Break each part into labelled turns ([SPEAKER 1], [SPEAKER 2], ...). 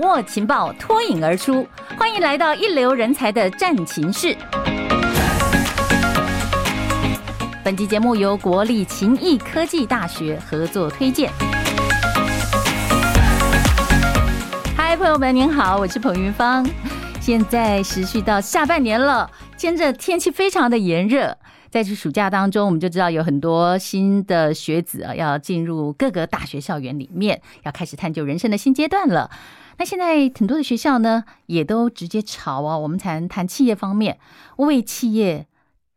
[SPEAKER 1] 握情报，脱颖而出。欢迎来到一流人才的战情室。本期节目由国立勤益科技大学合作推荐。嗨，朋友们，您好，我是彭云芳。现在持续到下半年了，现在天气非常的炎热。在这暑假当中，我们就知道有很多新的学子啊，要进入各个大学校园里面，要开始探究人生的新阶段了。那现在很多的学校呢，也都直接朝啊，我们谈谈企业方面，为企业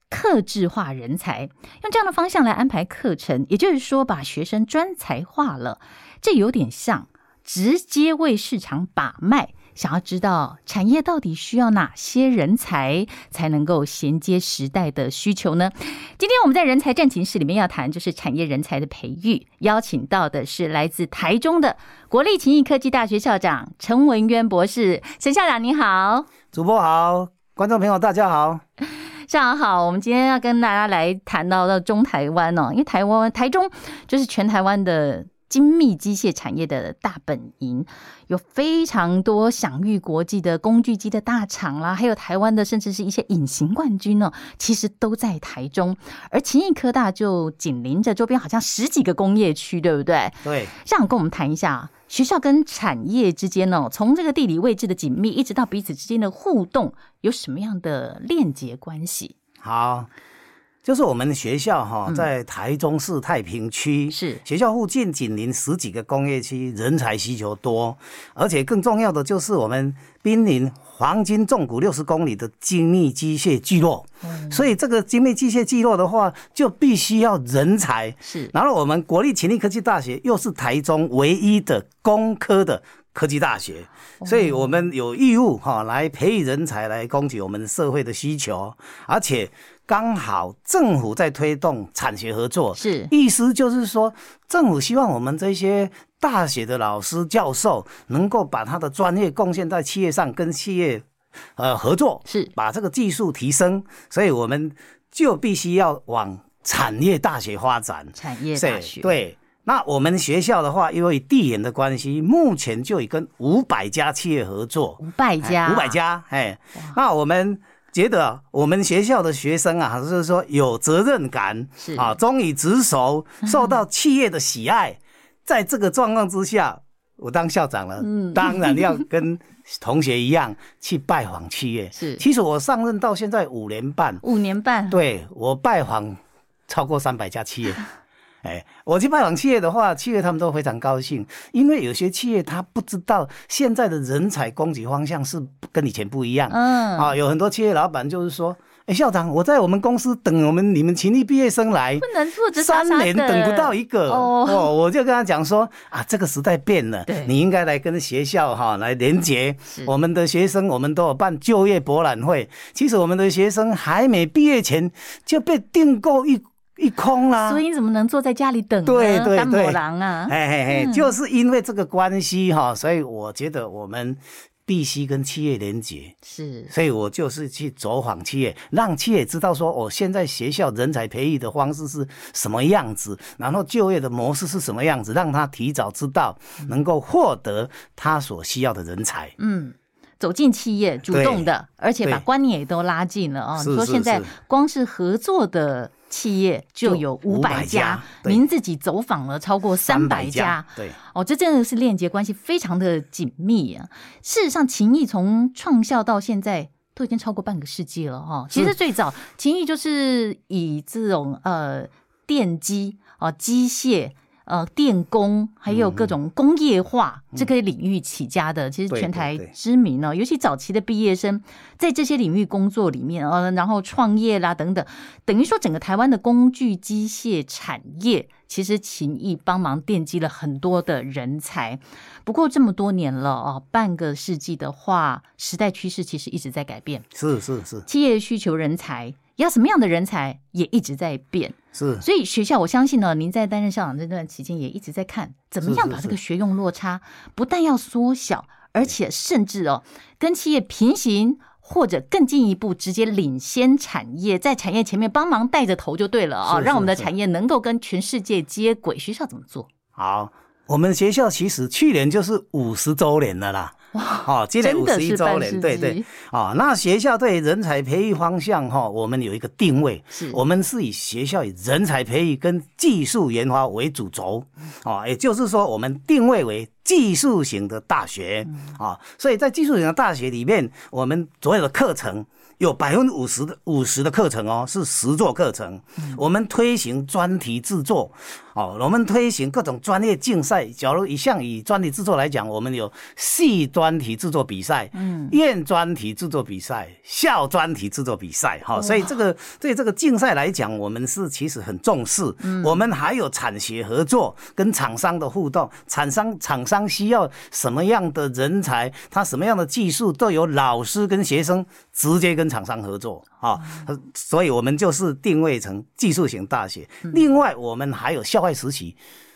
[SPEAKER 1] 克制化人才，用这样的方向来安排课程，也就是说，把学生专才化了。这有点像直接为市场把脉。想要知道产业到底需要哪些人才才能够衔接时代的需求呢？今天我们在人才战情室里面要谈就是产业人才的培育，邀请到的是来自台中的国立勤益科技大学校长陈文渊博士。陈校长您好，
[SPEAKER 2] 主播好，观众朋友大家好。
[SPEAKER 1] 校长好，我们今天要跟大家来谈到到中台湾哦，因为台湾台中就是全台湾的。精密机械产业的大本营，有非常多享誉国际的工具机的大厂啦，还有台湾的，甚至是一些隐形冠军呢、哦，其实都在台中。而勤益科大就紧邻着周边，好像十几个工业区，对不对？
[SPEAKER 2] 对，
[SPEAKER 1] 校长跟我们谈一下学校跟产业之间哦，从这个地理位置的紧密，一直到彼此之间的互动，有什么样的链接关系？
[SPEAKER 2] 好。就是我们学校哈，在台中市太平区，
[SPEAKER 1] 是
[SPEAKER 2] 学校附近紧邻十几个工业区，人才需求多，而且更重要的就是我们濒临黄金重谷六十公里的精密机械聚落，所以这个精密机械聚落的话，就必须要人才。
[SPEAKER 1] 是
[SPEAKER 2] 然后我们国立勤力科技大学又是台中唯一的工科的科技大学，
[SPEAKER 1] 哦
[SPEAKER 2] 所以我们有义务哈来培育人才，来供给我们社会的需求，而且刚好政府在推动产学合作，
[SPEAKER 1] 是
[SPEAKER 2] 意思就是说，政府希望我们这些大学的老师、教授能够把他的专业贡献在企业上，跟企业呃合作，
[SPEAKER 1] 是
[SPEAKER 2] 把这个技术提升，所以我们就必须要往产业大学发展。
[SPEAKER 1] 产业
[SPEAKER 2] 是
[SPEAKER 1] 大学，
[SPEAKER 2] 对。那我们学校的话，因为地缘的关系，目前就已跟五百家企业合作，
[SPEAKER 1] 五百家，
[SPEAKER 2] 五百家，哎，那我们觉得啊我们学校的学生啊，就是说有责任感，
[SPEAKER 1] 是
[SPEAKER 2] 啊，忠于 职守，受到企业的喜爱，在这个状况之下，我当校长了，
[SPEAKER 1] 嗯
[SPEAKER 2] 当然要跟同学一样去拜访企 业。
[SPEAKER 1] 是
[SPEAKER 2] 其实我上任到现在五年半，
[SPEAKER 1] 五年半，
[SPEAKER 2] 对我拜访超过三百家企业。哎，我去拜访企业的话，企业他们都非常高兴，因为有些企业他不知道现在的人才供给方向是跟以前不一样。
[SPEAKER 1] 嗯，
[SPEAKER 2] 啊，有很多企业老板就是说，哎，校长，我在我们公司等我们你们勤力毕业生来
[SPEAKER 1] 不，能坐着傻
[SPEAKER 2] 三
[SPEAKER 1] 傻
[SPEAKER 2] 年
[SPEAKER 1] 的
[SPEAKER 2] 等不到一个，
[SPEAKER 1] 哦
[SPEAKER 2] 哦，我就跟他讲说啊，这个时代变了
[SPEAKER 1] 对，
[SPEAKER 2] 你应该来跟学校哈、来连接
[SPEAKER 1] 是
[SPEAKER 2] 我们的学生，我们都有办就业博览会，其实我们的学生还没毕业前就被订购一一空啦，
[SPEAKER 1] 所以你怎么能坐在家里等呢？
[SPEAKER 2] 对对哎
[SPEAKER 1] 当
[SPEAKER 2] 对
[SPEAKER 1] 母狼啊！
[SPEAKER 2] 嘿嘿嘿，就是因为这个关系哈、所以我觉得我们必须跟企业连接。
[SPEAKER 1] 是
[SPEAKER 2] 所以我就是去走访企业，让企业知道说，我、现在学校人才培育的方式是什么样子，然后就业的模式是什么样子，让他提早知道，
[SPEAKER 1] 嗯
[SPEAKER 2] 能够获得他所需要的人才。
[SPEAKER 1] 走进企业，主动的，而且把
[SPEAKER 2] 对
[SPEAKER 1] 观念也都拉近了哦。
[SPEAKER 2] 是
[SPEAKER 1] 你说
[SPEAKER 2] 是
[SPEAKER 1] 现在
[SPEAKER 2] 是
[SPEAKER 1] 光是合作的企业就有五百
[SPEAKER 2] 500家对
[SPEAKER 1] 您自己走访了超过三百
[SPEAKER 2] 300
[SPEAKER 1] 家，
[SPEAKER 2] 对，
[SPEAKER 1] 哦，这真的是链接关系非常的紧密啊。事实上，秦毅从创校到现在都已经超过半个世纪了哈、其实最早秦毅就是以这种呃电机哦、机械。呃，电工还有各种工业化这个领域起家的，其实
[SPEAKER 2] 嗯对
[SPEAKER 1] 全
[SPEAKER 2] 对
[SPEAKER 1] 台
[SPEAKER 2] 对
[SPEAKER 1] 知名哦，尤其早期的毕业生在这些领域工作里面，呃，然后创业啦等等，等于说整个台湾的工具机械产业，其实秦毅帮忙奠基了很多的人才。不过这么多年了哦，半个世纪的话，时代趋势其实一直在改变，
[SPEAKER 2] 是是是
[SPEAKER 1] 企业需求人才。要什么样的人才也一直在变，
[SPEAKER 2] 是，
[SPEAKER 1] 所以学校我相信呢，您在担任校长这段期间也一直在看怎么样
[SPEAKER 2] 是是
[SPEAKER 1] 把这个学用落差不但要缩小，而且甚至哦跟企业平行，或者更进一步直接领先产业，在产业前面帮忙带着头就对了啊、
[SPEAKER 2] 是是
[SPEAKER 1] 让我们的
[SPEAKER 2] 是
[SPEAKER 1] 产业能够跟全世界接轨。学校怎么做？
[SPEAKER 2] 好。我们学校其实去年就是五十周年了啦。哦，今年
[SPEAKER 1] 真
[SPEAKER 2] 五
[SPEAKER 1] 的
[SPEAKER 2] 十
[SPEAKER 1] 是
[SPEAKER 2] 一周
[SPEAKER 1] 半
[SPEAKER 2] 年，
[SPEAKER 1] 世
[SPEAKER 2] 对对
[SPEAKER 1] 纪，
[SPEAKER 2] 啊、那学校对人才培育方向哈、我们有一个定位
[SPEAKER 1] 是，
[SPEAKER 2] 我们是以学校以人才培育跟技术研发为主轴，啊、也就是说我们定位为技术型的大学，啊、所以在技术型的大学里面，我们所有的课程。有百分之五十的五十的课程哦，是实作课程。我们推行专题制作，哦，我们推行各种专业竞赛。假如一项以专题制作来讲，我们有系专题制作比赛，嗯，院专题制作比赛，校专题制作比赛，哈、所以这个对这个竞赛来讲，我们是其实很重视。我们还有产学合作跟厂商的互动，厂商厂商需要什么样的人才，他什么样的技术，都有老师跟学生直接跟厂商合作啊、呃所以我们就是定位成技术型大学。另外，我们还有校外实习，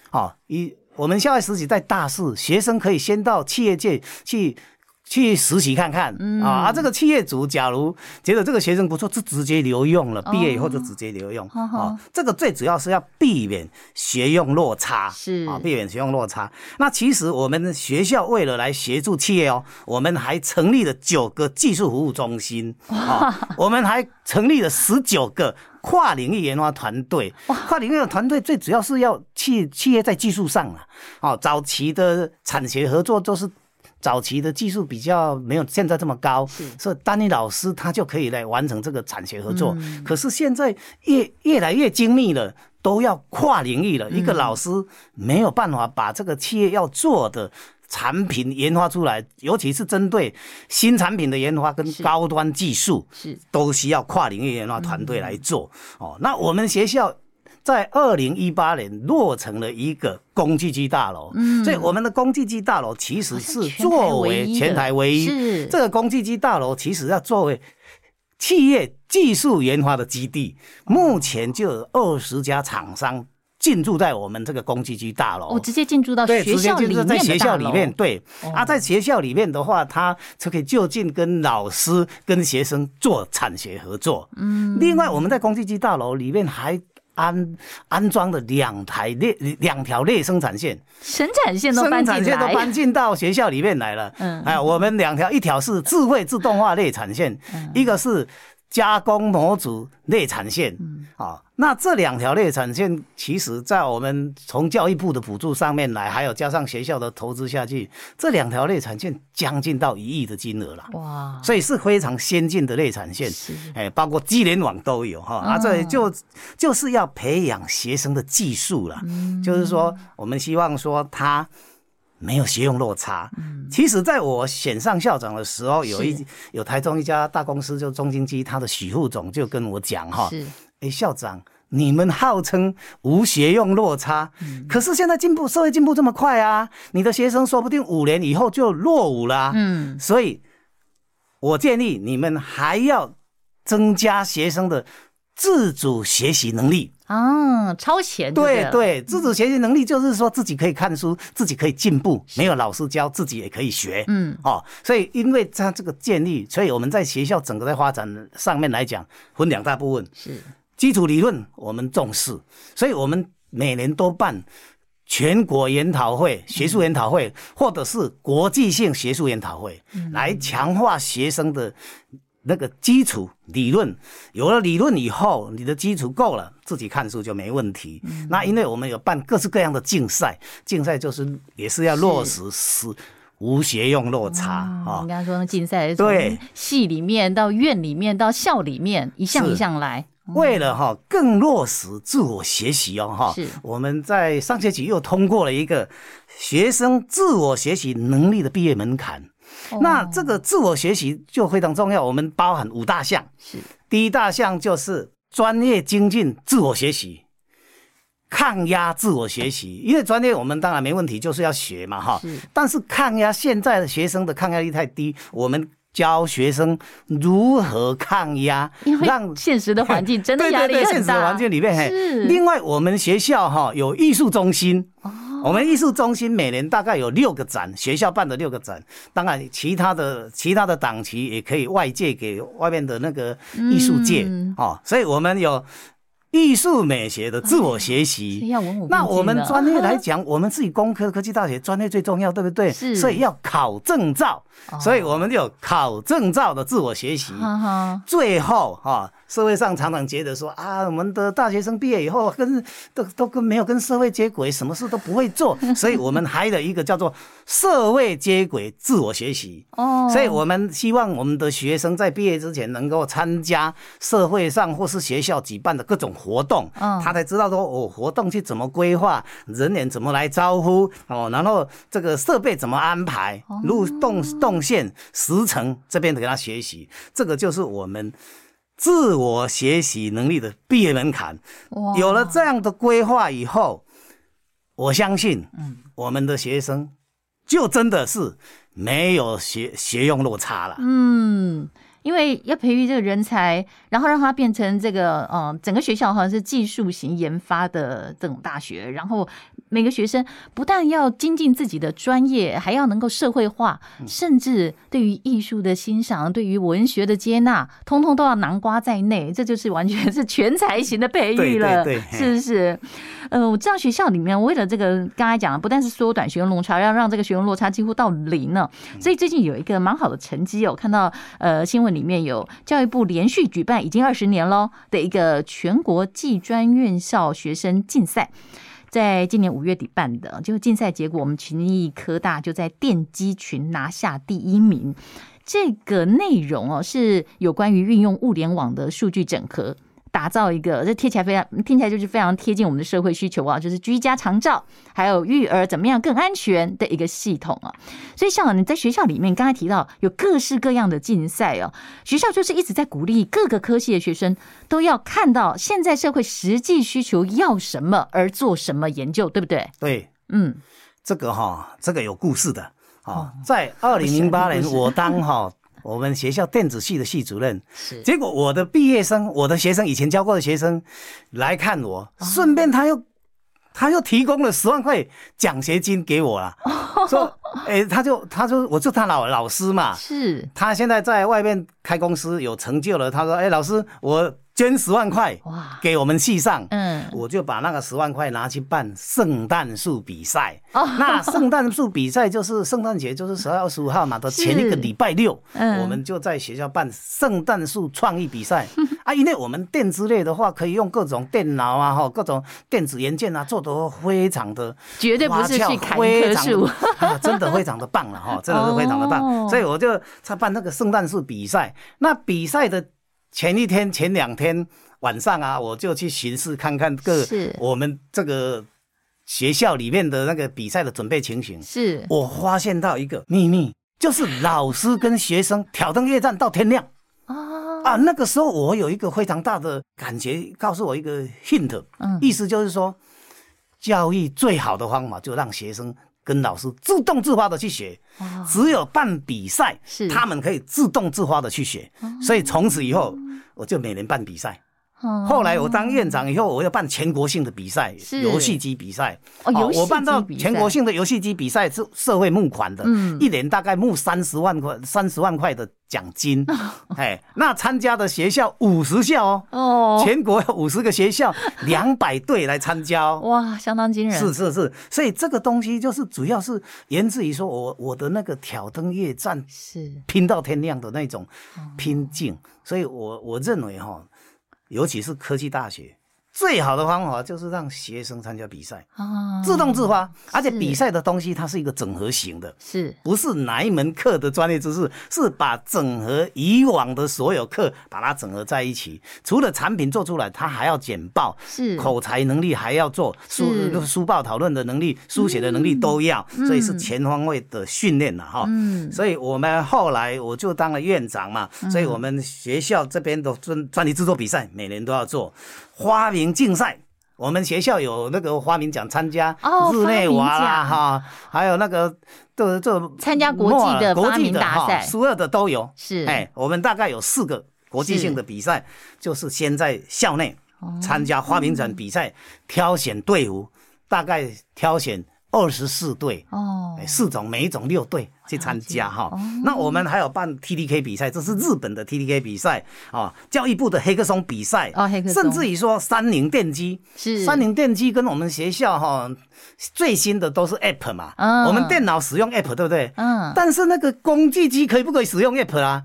[SPEAKER 2] 啊、一我们校外实习在大四，学生可以先到企业界去。去实习看看、啊，啊，这个企业主假如觉得这个学生不错，就直接留用了，毕业以后就直接留用、
[SPEAKER 1] 好好
[SPEAKER 2] 啊。这个最主要是要避免学用落差，
[SPEAKER 1] 是
[SPEAKER 2] 啊，避免学用落差。那其实我们学校为了来协助企业哦，我们还成立了九个技术服务中心，啊，我们还成立了十九个跨领域研发团队。跨领域的团队最主要是要企企业在技术上啊，哦，早期的产学合作都是。早期的技术比较没有现在这么高，所以丹尼老师他就可以来完成这个产学合作。可是现在越越来越精密了。都要跨领域了，一个老师没有办法把这个企业要做的产品研发出来，尤其是针对新产品的研发跟
[SPEAKER 1] 是
[SPEAKER 2] 高端技术，
[SPEAKER 1] 是
[SPEAKER 2] 都需要跨领域研发团队来做。哦，那我们学校。在二零一八年落成了一个工具机大楼，嗯，所以我们的工具机大楼其实是作为全台唯一，
[SPEAKER 1] 是
[SPEAKER 2] 这个工具机大楼其实要作为企业技术研发的基地，目前就有二十家厂商进驻在我们这个工具机大楼。
[SPEAKER 1] 我直接进驻到
[SPEAKER 2] 对，
[SPEAKER 1] 学
[SPEAKER 2] 直接
[SPEAKER 1] 校
[SPEAKER 2] 就
[SPEAKER 1] 里
[SPEAKER 2] 是
[SPEAKER 1] 面
[SPEAKER 2] 在
[SPEAKER 1] 的
[SPEAKER 2] 学校
[SPEAKER 1] 大
[SPEAKER 2] 里
[SPEAKER 1] 楼哦
[SPEAKER 2] 面，对、啊，在学校里面的话，他就可以就近跟老师、跟学生做产学合作。嗯，另外我们在工具机大楼里面还安安装了两台类两条类生产线，
[SPEAKER 1] 生产线都搬
[SPEAKER 2] 生
[SPEAKER 1] 进来，
[SPEAKER 2] 产线都搬进到学校里面来了。
[SPEAKER 1] 嗯
[SPEAKER 2] 哎，我们两条，一条是智慧自动化类产线，
[SPEAKER 1] 嗯
[SPEAKER 2] 一个是加工模组类产线。
[SPEAKER 1] 嗯
[SPEAKER 2] 啊、那这两条类产线，其实在我们从教育部的补助上面来，还有加上学校的投资下去，这两条类产线将近到一亿的金额了。
[SPEAKER 1] 哇，
[SPEAKER 2] 所以是非常先进的内产线
[SPEAKER 1] 是，
[SPEAKER 2] 哎，包括机联网都有哈，啊，这
[SPEAKER 1] 嗯
[SPEAKER 2] 就就是要培养学生的技术啦，
[SPEAKER 1] 嗯
[SPEAKER 2] 就是说我们希望说他。没有学用落差。
[SPEAKER 1] 嗯
[SPEAKER 2] 其实，在我选上校长的时候，有一有台中一家大公司，就中金机，他的许副总就跟我讲哈，
[SPEAKER 1] 是
[SPEAKER 2] 哎，校长，你们号称无学用落差，
[SPEAKER 1] 嗯
[SPEAKER 2] 可是现在进步社会进步这么快啊，你的学生说不定五年以后就落伍啦、
[SPEAKER 1] 嗯，
[SPEAKER 2] 所以我建议你们还要增加学生的自主学习能力。
[SPEAKER 1] 啊，超前就
[SPEAKER 2] 对
[SPEAKER 1] 了，
[SPEAKER 2] 对，自主学习能力就是说自己可以看书，自己可以进步，没有老师教，自己也可以学。
[SPEAKER 1] 嗯，
[SPEAKER 2] 哦，所以因为他这个建议，所以我们在学校整个在发展上面来讲，分两大部分。
[SPEAKER 1] 是
[SPEAKER 2] 基础理论我们重视，所以我们每年都办全国研讨会、学术研讨会，或者是国际性学术研讨会，来强化学生的那个基础理论。有了理论以后，你的基础够了，自己看书就没问题。那因为我们有办各式各样的竞赛，竞赛就是也是要落实是无学用落差啊。
[SPEAKER 1] 啊，应该说竞赛
[SPEAKER 2] 对
[SPEAKER 1] 从系里面到院里面到校里面一项
[SPEAKER 2] 是
[SPEAKER 1] 一项来，
[SPEAKER 2] 为了哈更落实自我学习哦哈
[SPEAKER 1] 是，
[SPEAKER 2] 我们在上学期又通过了一个学生自我学习能力的毕业门槛。
[SPEAKER 1] 哦
[SPEAKER 2] 那这个自我学习就非常重要，我们包含五大项。
[SPEAKER 1] 是
[SPEAKER 2] 第一大项就是专业精进自我学习，抗压自我学习。因为专业我们当然没问题，就是要学嘛哈
[SPEAKER 1] 是。
[SPEAKER 2] 但是抗压现在的学生的抗压力太低，我们教学生如何抗压
[SPEAKER 1] 因，
[SPEAKER 2] 让
[SPEAKER 1] 为现实的环境真的
[SPEAKER 2] 对
[SPEAKER 1] 压
[SPEAKER 2] 对
[SPEAKER 1] 力
[SPEAKER 2] 对，现
[SPEAKER 1] 很
[SPEAKER 2] 实的
[SPEAKER 1] 大
[SPEAKER 2] 环，境里面，
[SPEAKER 1] 是哦
[SPEAKER 2] 嘿，另外我们学校哈、有艺术中心。我们艺术中心每年大概有六个展，学校办的六个展，当然其他的其他的档
[SPEAKER 1] 嗯
[SPEAKER 2] 期也可以外界给外面的那个艺术界、哦，所以我们有艺术美学的自我学习。
[SPEAKER 1] 是要文武并进
[SPEAKER 2] 那我们
[SPEAKER 1] 了
[SPEAKER 2] 专业来讲，我们自己工科科技大学专业最重要，对不对？
[SPEAKER 1] 是哦
[SPEAKER 2] 所以要考证照，所以我们有考证照的自我学习。
[SPEAKER 1] 哈哈，
[SPEAKER 2] 最后哈、社会上常常觉得说啊，我们的大学生毕业以后跟都都跟没有跟社会接轨，什么事都不会做，所以我们还有一个叫做社会接轨自我学习。
[SPEAKER 1] 哦，
[SPEAKER 2] 所以我们希望我们的学生在毕业之前能够参加社会上或是学校举办的各种活动，
[SPEAKER 1] 嗯
[SPEAKER 2] 他才知道说我、活动去怎么规划，人员怎么来招呼哦，然后这个设备怎么安排，
[SPEAKER 1] 哦
[SPEAKER 2] 路动动线时程这边给他学习，这个就是我们。自我学习能力的毕业门槛，
[SPEAKER 1] 哇
[SPEAKER 2] 有了这样的规划以后，我相信，
[SPEAKER 1] 嗯
[SPEAKER 2] 我们的学生就真的是没有学学用落差了。
[SPEAKER 1] 嗯，因为要培育这个人才，然后让他变成这个呃，整个学校好像是技术型研发的这种大学，然后每个学生不但要精进自己的专业，还要能够社会化，
[SPEAKER 2] 嗯
[SPEAKER 1] 甚至对于艺术的欣赏、对于文学的接纳，通通都要囊括在内，这就是完全是全才型的培育
[SPEAKER 2] 对对
[SPEAKER 1] 了，
[SPEAKER 2] 对嘿
[SPEAKER 1] 是不是？呃，我知道学校里面为了这个，刚才讲的，不但是缩短学生落差，要让这个学生落差几乎到零呢、所以最近有一个蛮好的成绩哦，看到呃新闻里面有教育部连续举办已经二十年喽的一个全国技专院校学生竞赛。在今年五月底办的，就竞赛结果，我们群益科大就在电机群拿下第一名。这个内容哦，是有关于运用物联网的数据整合，打造一个这听起来非常听起来就是非常贴近我们的社会需求啊，就是居家长照，还有育儿怎么样更安全的一个系统啊。所以校长，你在学校里面刚才提到有各式各样的竞赛哦，学校就是一直在鼓励各个科系的学生都要看到现在社会实际需求要什么而做什么研究，对不对？
[SPEAKER 2] 对，
[SPEAKER 1] 嗯，
[SPEAKER 2] 这个哈、这个有故事的啊、在二零零八
[SPEAKER 1] 哦不
[SPEAKER 2] 年，
[SPEAKER 1] 是
[SPEAKER 2] 我当哈、 我们学校电子系的系主任，
[SPEAKER 1] 是
[SPEAKER 2] 结果我的毕业生，我的学生以前教过的学生来看我，
[SPEAKER 1] 哦
[SPEAKER 2] 顺便他又他又提供了十万块奖学金给我 了，说，哎，他就他就我就他老老师嘛，
[SPEAKER 1] 是，
[SPEAKER 2] 他现在在外面开公司有成就了，他说：“哎、老师，我捐十万块
[SPEAKER 1] 哇，
[SPEAKER 2] 给我们系上。”
[SPEAKER 1] 嗯，
[SPEAKER 2] 我就把那个十万块拿去办圣诞树比赛。
[SPEAKER 1] 哦
[SPEAKER 2] 那圣诞树比赛就是圣诞节，就是十二月二十五号嘛的前一个礼拜 六，
[SPEAKER 1] 嗯
[SPEAKER 2] 我们就在学校办圣诞树创意 比赛啊。因为我们电子类的话，可以用各种电脑啊，哈，各种电子元件啊，做得非常的
[SPEAKER 1] 绝对不是去砍一棵
[SPEAKER 2] 非常
[SPEAKER 1] 树，
[SPEAKER 2] 啊，真的非常的棒了 哈，真的是非常的棒。
[SPEAKER 1] 哦
[SPEAKER 2] 所以我就在办那个圣诞树比赛。那比赛的前一天、前两天晚上啊，我就去巡视看看各
[SPEAKER 1] 是
[SPEAKER 2] 我们这个学校里面的那个比赛的准备情形。
[SPEAKER 1] 是
[SPEAKER 2] 我发现到一个秘密，就是老师跟学生挑灯夜战到天亮
[SPEAKER 1] 哦，
[SPEAKER 2] 啊。那个时候我有一个非常大的感觉，告诉我一个 hint，
[SPEAKER 1] 嗯
[SPEAKER 2] 意思就是说，教育最好的方法就让学生跟老师自动自发的去学，
[SPEAKER 1] 哇
[SPEAKER 2] 只有办比赛
[SPEAKER 1] 哦是，哦
[SPEAKER 2] 他们可以自动自发的去学。所以从此以后，我就每年办比赛。
[SPEAKER 1] 嗯
[SPEAKER 2] 后来我当院长以后，我要办全国性的比赛，
[SPEAKER 1] 是
[SPEAKER 2] 游戏机比赛。
[SPEAKER 1] 哦游戏机
[SPEAKER 2] 我办到
[SPEAKER 1] 比赛
[SPEAKER 2] 全国性的游戏机比赛是 社会募款的，
[SPEAKER 1] 嗯
[SPEAKER 2] 一年大概募三十万块，三十万块的奖 金。哎，那参加的学校五十校哦，
[SPEAKER 1] 哦，
[SPEAKER 2] 全国有五十个 学校，两百队来参加哦。
[SPEAKER 1] 哇，相当惊人，
[SPEAKER 2] 是是是，所以这个东西就是主要是源自于说我我的那个挑灯夜战
[SPEAKER 1] 是
[SPEAKER 2] 拼到天亮的那种
[SPEAKER 1] 哦
[SPEAKER 2] 拼劲，所以我我认为哈，尤其是科技大学，最好的方法就是让学生参加比赛，
[SPEAKER 1] 啊，
[SPEAKER 2] 自动自发，而且
[SPEAKER 1] 是
[SPEAKER 2] 比赛的东西它是一个整合型的。
[SPEAKER 1] 是
[SPEAKER 2] 不是哪一门课的专业知识，是把整合以往的所有课把它整合在一起。除了产品做出来，它还要简报，
[SPEAKER 1] 是
[SPEAKER 2] 口才能力还要做，书
[SPEAKER 1] 是
[SPEAKER 2] 书报讨论的能力、书写的能力都要，所以是全方位的训练了哈。
[SPEAKER 1] 嗯
[SPEAKER 2] 所以我们后来我就当了院长嘛，所以我们学校这边的专专题制作比赛每年都要做，花名竞赛。我们学校有那个花名奖参加
[SPEAKER 1] 哦
[SPEAKER 2] 日内瓦啦
[SPEAKER 1] 发
[SPEAKER 2] 哈，还有那个这这
[SPEAKER 1] 参加国际的发明大赛
[SPEAKER 2] 苏二的都有。
[SPEAKER 1] 是
[SPEAKER 2] 哎，我们大概有四个国际性的比赛，就是先在校
[SPEAKER 1] 哦
[SPEAKER 2] 内参加花名展比赛，挑选队伍，大概挑选二十四队，
[SPEAKER 1] 哦
[SPEAKER 2] 哎，四种，每一种六队去参加哈、
[SPEAKER 1] 哦
[SPEAKER 2] 那我们还有办 TDK 比赛，这是日本的 TDK 比赛啊，教育部的黑客松比赛
[SPEAKER 1] 哦黑客松
[SPEAKER 2] 甚至于说三菱电机，
[SPEAKER 1] 是
[SPEAKER 2] 三菱电机跟我们学校哈、最新的都是 App 嘛，
[SPEAKER 1] 嗯
[SPEAKER 2] 我们电脑使用 App 对不对？
[SPEAKER 1] 嗯
[SPEAKER 2] 但是那个工具机可以不可以使用 App 啊？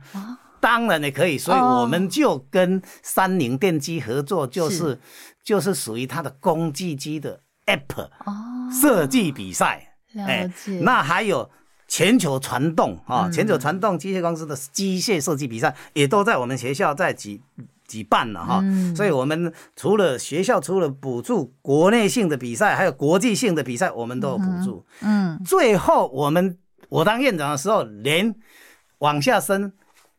[SPEAKER 2] 当然也可以，所以
[SPEAKER 1] 哦
[SPEAKER 2] 我们就跟三菱电机合作，就是
[SPEAKER 1] 是
[SPEAKER 2] 就是属于它的工具机的 App
[SPEAKER 1] 哦，
[SPEAKER 2] 设计比赛。
[SPEAKER 1] 了解
[SPEAKER 2] 哎
[SPEAKER 1] 嗯
[SPEAKER 2] 那还有全球传动啊，全球传动机械公司的机械设计比赛也都在我们学校在举举办了哈。
[SPEAKER 1] 嗯
[SPEAKER 2] 所以我们除了学校除了补助国内性的比赛，还有国际性的比赛，我们都有补助。
[SPEAKER 1] 嗯，
[SPEAKER 2] 最后我们我当院长的时候，连往下升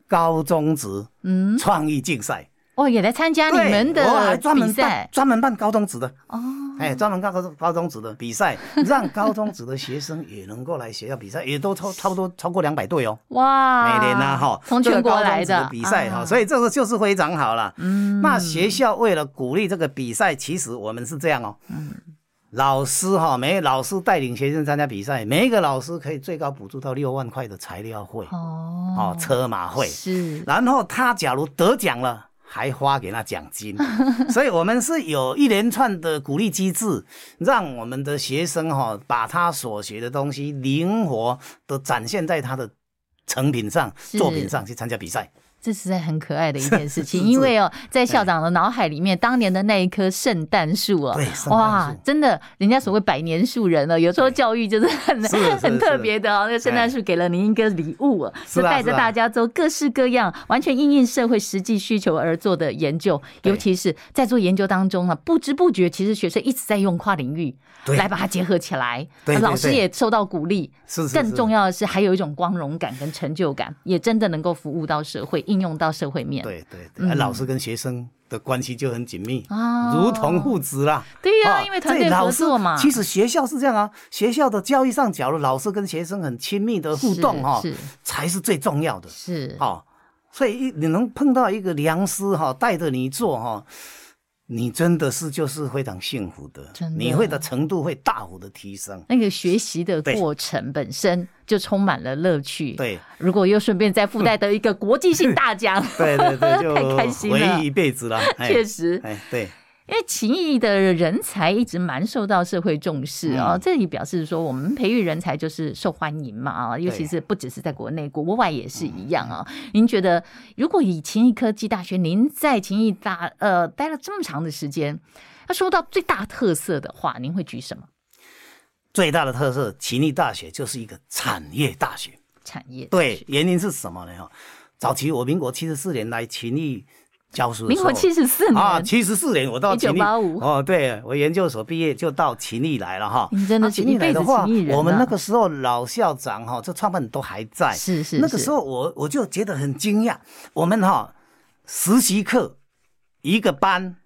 [SPEAKER 2] 高中职
[SPEAKER 1] 嗯，
[SPEAKER 2] 创意竞赛。
[SPEAKER 1] 哦，也来参加你
[SPEAKER 2] 对，
[SPEAKER 1] 们
[SPEAKER 2] 我还
[SPEAKER 1] 的
[SPEAKER 2] 专
[SPEAKER 1] 比
[SPEAKER 2] 门办
[SPEAKER 1] 赛
[SPEAKER 2] 专门办高中职的，
[SPEAKER 1] 哦，
[SPEAKER 2] 哎，专门办高中高中职的比 赛，让高中职的学生也能够来学校比赛，也都超差不多超过两百队哦。
[SPEAKER 1] 哇，
[SPEAKER 2] 每年呐、哈，
[SPEAKER 1] 啊从
[SPEAKER 2] 这个
[SPEAKER 1] 全国
[SPEAKER 2] 高中
[SPEAKER 1] 来
[SPEAKER 2] 职
[SPEAKER 1] 的
[SPEAKER 2] 比赛哈、
[SPEAKER 1] 啊
[SPEAKER 2] 所以这个就是非常好了。嗯，那学校为了鼓励这个比赛，其实我们是这样哦，嗯，老师哈、每老师带领学生参加比赛，每一个老师可以最高补助到六万块的材料费
[SPEAKER 1] 哦，
[SPEAKER 2] 哦，车马费
[SPEAKER 1] 是
[SPEAKER 2] 然后他假如得奖了，还发给他奖 金，所以我们是有一连串的鼓励机制，让我们的学生哈、把他所学的东西灵活的展现在他的成品上、
[SPEAKER 1] 是
[SPEAKER 2] 作品上去参加比赛。
[SPEAKER 1] 这实在很可爱的一件事情，
[SPEAKER 2] 是是哎
[SPEAKER 1] 因为哦，在校长的脑海里面，当年的那一棵圣诞树哦
[SPEAKER 2] 对，圣诞
[SPEAKER 1] 哇
[SPEAKER 2] 树，
[SPEAKER 1] 真的，人家所谓百年树人了，有时候教育就是很
[SPEAKER 2] 是是
[SPEAKER 1] 很
[SPEAKER 2] 是
[SPEAKER 1] 特别的哦。那个圣诞树给了您一个礼物哦，
[SPEAKER 2] 是啊
[SPEAKER 1] 带着
[SPEAKER 2] 是啊
[SPEAKER 1] 大家做各式各样、完全应应社会实际需求而做的研究，
[SPEAKER 2] 对
[SPEAKER 1] 尤其是在做研究当中啊，不知不觉其实学生一直在用跨领域
[SPEAKER 2] 对
[SPEAKER 1] 来把它结合起来，
[SPEAKER 2] 对对
[SPEAKER 1] 老师
[SPEAKER 2] 对
[SPEAKER 1] 也受到鼓励，
[SPEAKER 2] 是是是
[SPEAKER 1] 更重要的是，还有一种光荣感跟成就感，也真的能够服务到社会，应用到社会面。
[SPEAKER 2] 对对对、哎老师跟学生的关系就很紧密，
[SPEAKER 1] 嗯哦
[SPEAKER 2] 如同父子啦。
[SPEAKER 1] 对呀、
[SPEAKER 2] 哦
[SPEAKER 1] 因为团队
[SPEAKER 2] 这
[SPEAKER 1] 合
[SPEAKER 2] 老师
[SPEAKER 1] 作嘛，
[SPEAKER 2] 其实学校是这样啊，学校的教育上，假如老师跟学生很亲密的互动哦哈、
[SPEAKER 1] 是
[SPEAKER 2] 才是最重要的。
[SPEAKER 1] 是
[SPEAKER 2] 哦，所以一你能碰到一个良师哈、带着你做哈、你真的是就是非常幸福的，
[SPEAKER 1] 真的
[SPEAKER 2] 你会的程度会大幅的提升。
[SPEAKER 1] 那个学习的
[SPEAKER 2] 对
[SPEAKER 1] 过程本身就充满了乐趣。，
[SPEAKER 2] 对
[SPEAKER 1] 如果又顺便再附带的一个国际性大奖，
[SPEAKER 2] 对对对，
[SPEAKER 1] 太开
[SPEAKER 2] 就
[SPEAKER 1] 心
[SPEAKER 2] 回
[SPEAKER 1] 了
[SPEAKER 2] 忆一辈子了。 哎
[SPEAKER 1] 确实，
[SPEAKER 2] 哎，对，
[SPEAKER 1] 因为勤益的人才一直蛮受到社会重视啊、哦
[SPEAKER 2] 嗯
[SPEAKER 1] 这里表示说，我们培育人才就是受欢迎嘛啊，尤其是不只是在国内，国外也是一样啊、
[SPEAKER 2] 嗯
[SPEAKER 1] 您觉得，如果以勤益科技大学，您在勤益大呃待了这么长的时间，那说到最大特色的话，您会举什么
[SPEAKER 2] 最大的特色，勤力大学就是一个产业大学。
[SPEAKER 1] 产业？
[SPEAKER 2] 对，，原因是什么呢？哈，早期我民国七十四年来勤力教书的时
[SPEAKER 1] 民
[SPEAKER 2] 候，
[SPEAKER 1] 国七十 四年、
[SPEAKER 2] 啊，七十四年我到勤力
[SPEAKER 1] 1985
[SPEAKER 2] 哦，对我研究所毕业就到勤力来了哈。
[SPEAKER 1] 你真的
[SPEAKER 2] 啊
[SPEAKER 1] 是
[SPEAKER 2] 勤力
[SPEAKER 1] 一辈
[SPEAKER 2] 来
[SPEAKER 1] 子
[SPEAKER 2] 的话
[SPEAKER 1] 勤力人，啊
[SPEAKER 2] 我们那个时候老校长哈，这创办人都还在。
[SPEAKER 1] 是是
[SPEAKER 2] 那个
[SPEAKER 1] 是
[SPEAKER 2] 时候我我就觉得很惊讶，我们哈实习课一个班，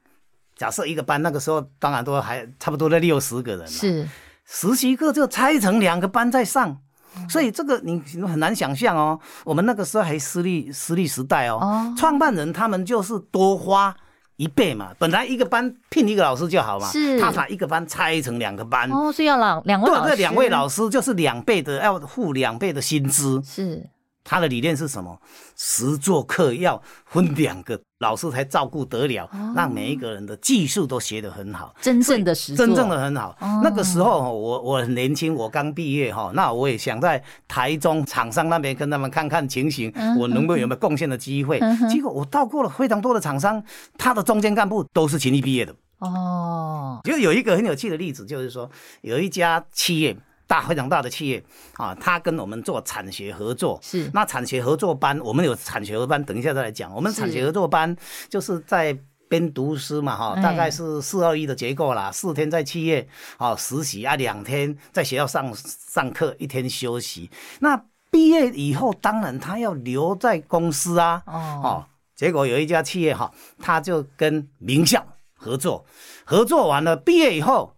[SPEAKER 2] 假设一个班那个时候当然都还差不多在六十个人了，
[SPEAKER 1] 是
[SPEAKER 2] 实习课就拆成两个班在上，所以这个你你很难想象哦。我们那个时候还私立私立时代哦，
[SPEAKER 1] 哦
[SPEAKER 2] 创办人他们就是多花一倍嘛，本来一个班聘一个老师就好嘛，
[SPEAKER 1] 是
[SPEAKER 2] 他把一个班拆成两个班，
[SPEAKER 1] 哦，所以要老两位
[SPEAKER 2] 嗯对
[SPEAKER 1] 老师，
[SPEAKER 2] 对，两位老师就是两倍的要付两倍的薪资。
[SPEAKER 1] 是
[SPEAKER 2] 他的理念是什么？实作课要分两个老师才照顾得了，
[SPEAKER 1] 哦
[SPEAKER 2] 让每一个人的技术都学得很好。
[SPEAKER 1] 真正的实作，
[SPEAKER 2] 真正的很好。那个时候哦我我很年轻，我刚毕业哈，那我也想在台中厂商那边跟他们看看情形，我能不能有没有贡献的机会。结果我到过了非常多的厂商，他的中间干部都是勤力毕业的。
[SPEAKER 1] 哦，
[SPEAKER 2] 就有一个很有趣的例子，就是说有一家企业。大非常大的企业啊，他跟我们做产学合作，
[SPEAKER 1] 是
[SPEAKER 2] 那产学合作班，我们有产学合作班，等一下再来讲。我们
[SPEAKER 1] 是
[SPEAKER 2] 产学合作班就是在边读师嘛，哈，
[SPEAKER 1] 哎
[SPEAKER 2] 大概是四二一的结构啦，四天在企业啊实习啊，两天在学校上上课，一天休息。那毕业以后，当然他要留在公司啊，
[SPEAKER 1] 哦
[SPEAKER 2] 哦，结果有一家企业哈，他就跟名校合作，合作完了毕业以后，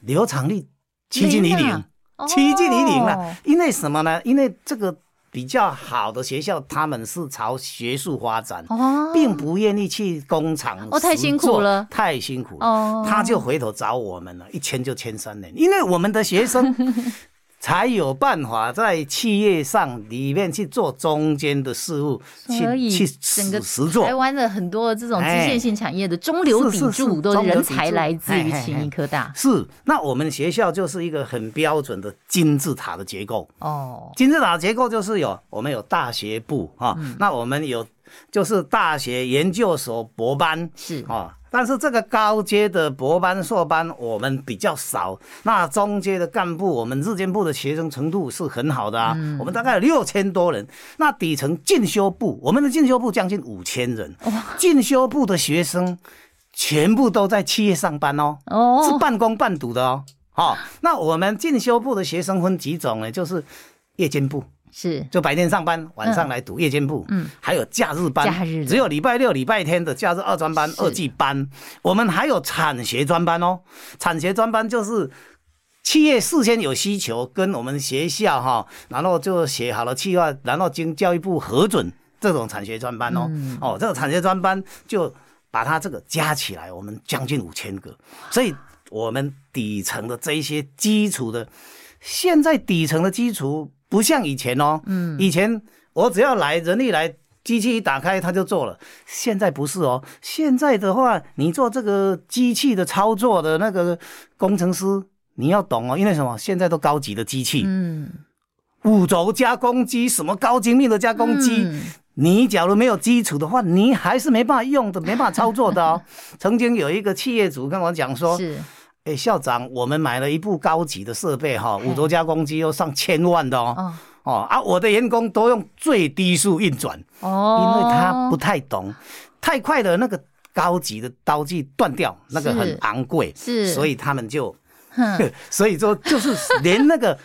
[SPEAKER 2] 留场率趋近于
[SPEAKER 1] 零
[SPEAKER 2] 零
[SPEAKER 1] 啊，
[SPEAKER 2] 趋近于零了
[SPEAKER 1] 哦。
[SPEAKER 2] 因为什么呢？因为这个比较好的学校，他们是朝学术发展，
[SPEAKER 1] 哦，
[SPEAKER 2] 并不愿意去工厂
[SPEAKER 1] 哦太
[SPEAKER 2] 实
[SPEAKER 1] 辛苦
[SPEAKER 2] 做
[SPEAKER 1] 了
[SPEAKER 2] 太辛苦了。
[SPEAKER 1] 哦
[SPEAKER 2] 他就回头找我们了，一签就签三年，因为我们的学 生才有办法在企业上里面去做中间的事务，
[SPEAKER 1] 所
[SPEAKER 2] 去
[SPEAKER 1] 以
[SPEAKER 2] 去
[SPEAKER 1] 整个
[SPEAKER 2] 实实做哎
[SPEAKER 1] 台。湾的很多这种机械性产业的中流
[SPEAKER 2] 是是
[SPEAKER 1] 砥柱
[SPEAKER 2] 是
[SPEAKER 1] 都
[SPEAKER 2] 中流
[SPEAKER 1] 人
[SPEAKER 2] 砥
[SPEAKER 1] 才
[SPEAKER 2] 柱哎
[SPEAKER 1] 来自于
[SPEAKER 2] 嘿嘿
[SPEAKER 1] 勤
[SPEAKER 2] 嘿
[SPEAKER 1] 益科大
[SPEAKER 2] 是，那我们学校就是一个很标准的金字塔的结构。
[SPEAKER 1] 哦，
[SPEAKER 2] 金字塔的结构就是有我们有大学部啊、那我们有就是大学研究所博班
[SPEAKER 1] 是
[SPEAKER 2] 啊、但是这个高阶的博班、硕班我们比较少，那中阶的干部，我们日间部的学生程度是很好的啊，我们大概有六千多人。那底层进修部，我们的进修部将近五千人，进修部的学生全部都在企业上班哦。是
[SPEAKER 1] 哦，
[SPEAKER 2] 半工半读的哦。好、那我们进修部的学生分几种呢？就是夜间部，
[SPEAKER 1] 是
[SPEAKER 2] 就白天上班，晚上来读夜间部。嗯，还有假日班，
[SPEAKER 1] 假日的
[SPEAKER 2] 只有礼拜六、礼拜天的假日二专班、
[SPEAKER 1] 是
[SPEAKER 2] 二技班。我们还有产学专班哦，产学专班就是。企业事先有需求，跟我们学校哈，然后就写好了计划，然后经教育部核准这种产学专班哦。
[SPEAKER 1] 嗯
[SPEAKER 2] 哦，这个产学专班就把它这个加起来，我们将近五千个，所以我们底层的这一些基础的现在底层的基础不像以前哦，嗯，以前我只要来人力来，机器一打开它就做了，现在不是哦，现在的话你做这个机器的操作的那个工程师。你要懂哦，因为什么？现在都高级的机器，
[SPEAKER 1] 嗯，
[SPEAKER 2] 五轴加工机，什么高精密的加工机，
[SPEAKER 1] 嗯
[SPEAKER 2] 你假如没有基础的话，你还是没办法用的，没办法操作 的哦。曾经有一个企业主跟我讲说，
[SPEAKER 1] 是
[SPEAKER 2] 哎、校长，我们买了一部高级的设备哈，五轴加工机要上千万的哦。
[SPEAKER 1] 哦
[SPEAKER 2] 哦啊，我的员工都用最低速运转，因
[SPEAKER 1] 哦，
[SPEAKER 2] 为他不太懂，太快的那个高级的刀具断掉，那个很
[SPEAKER 1] 是
[SPEAKER 2] 昂贵，
[SPEAKER 1] 是
[SPEAKER 2] 所以他们就，
[SPEAKER 1] 哼
[SPEAKER 2] 所以说就是连那个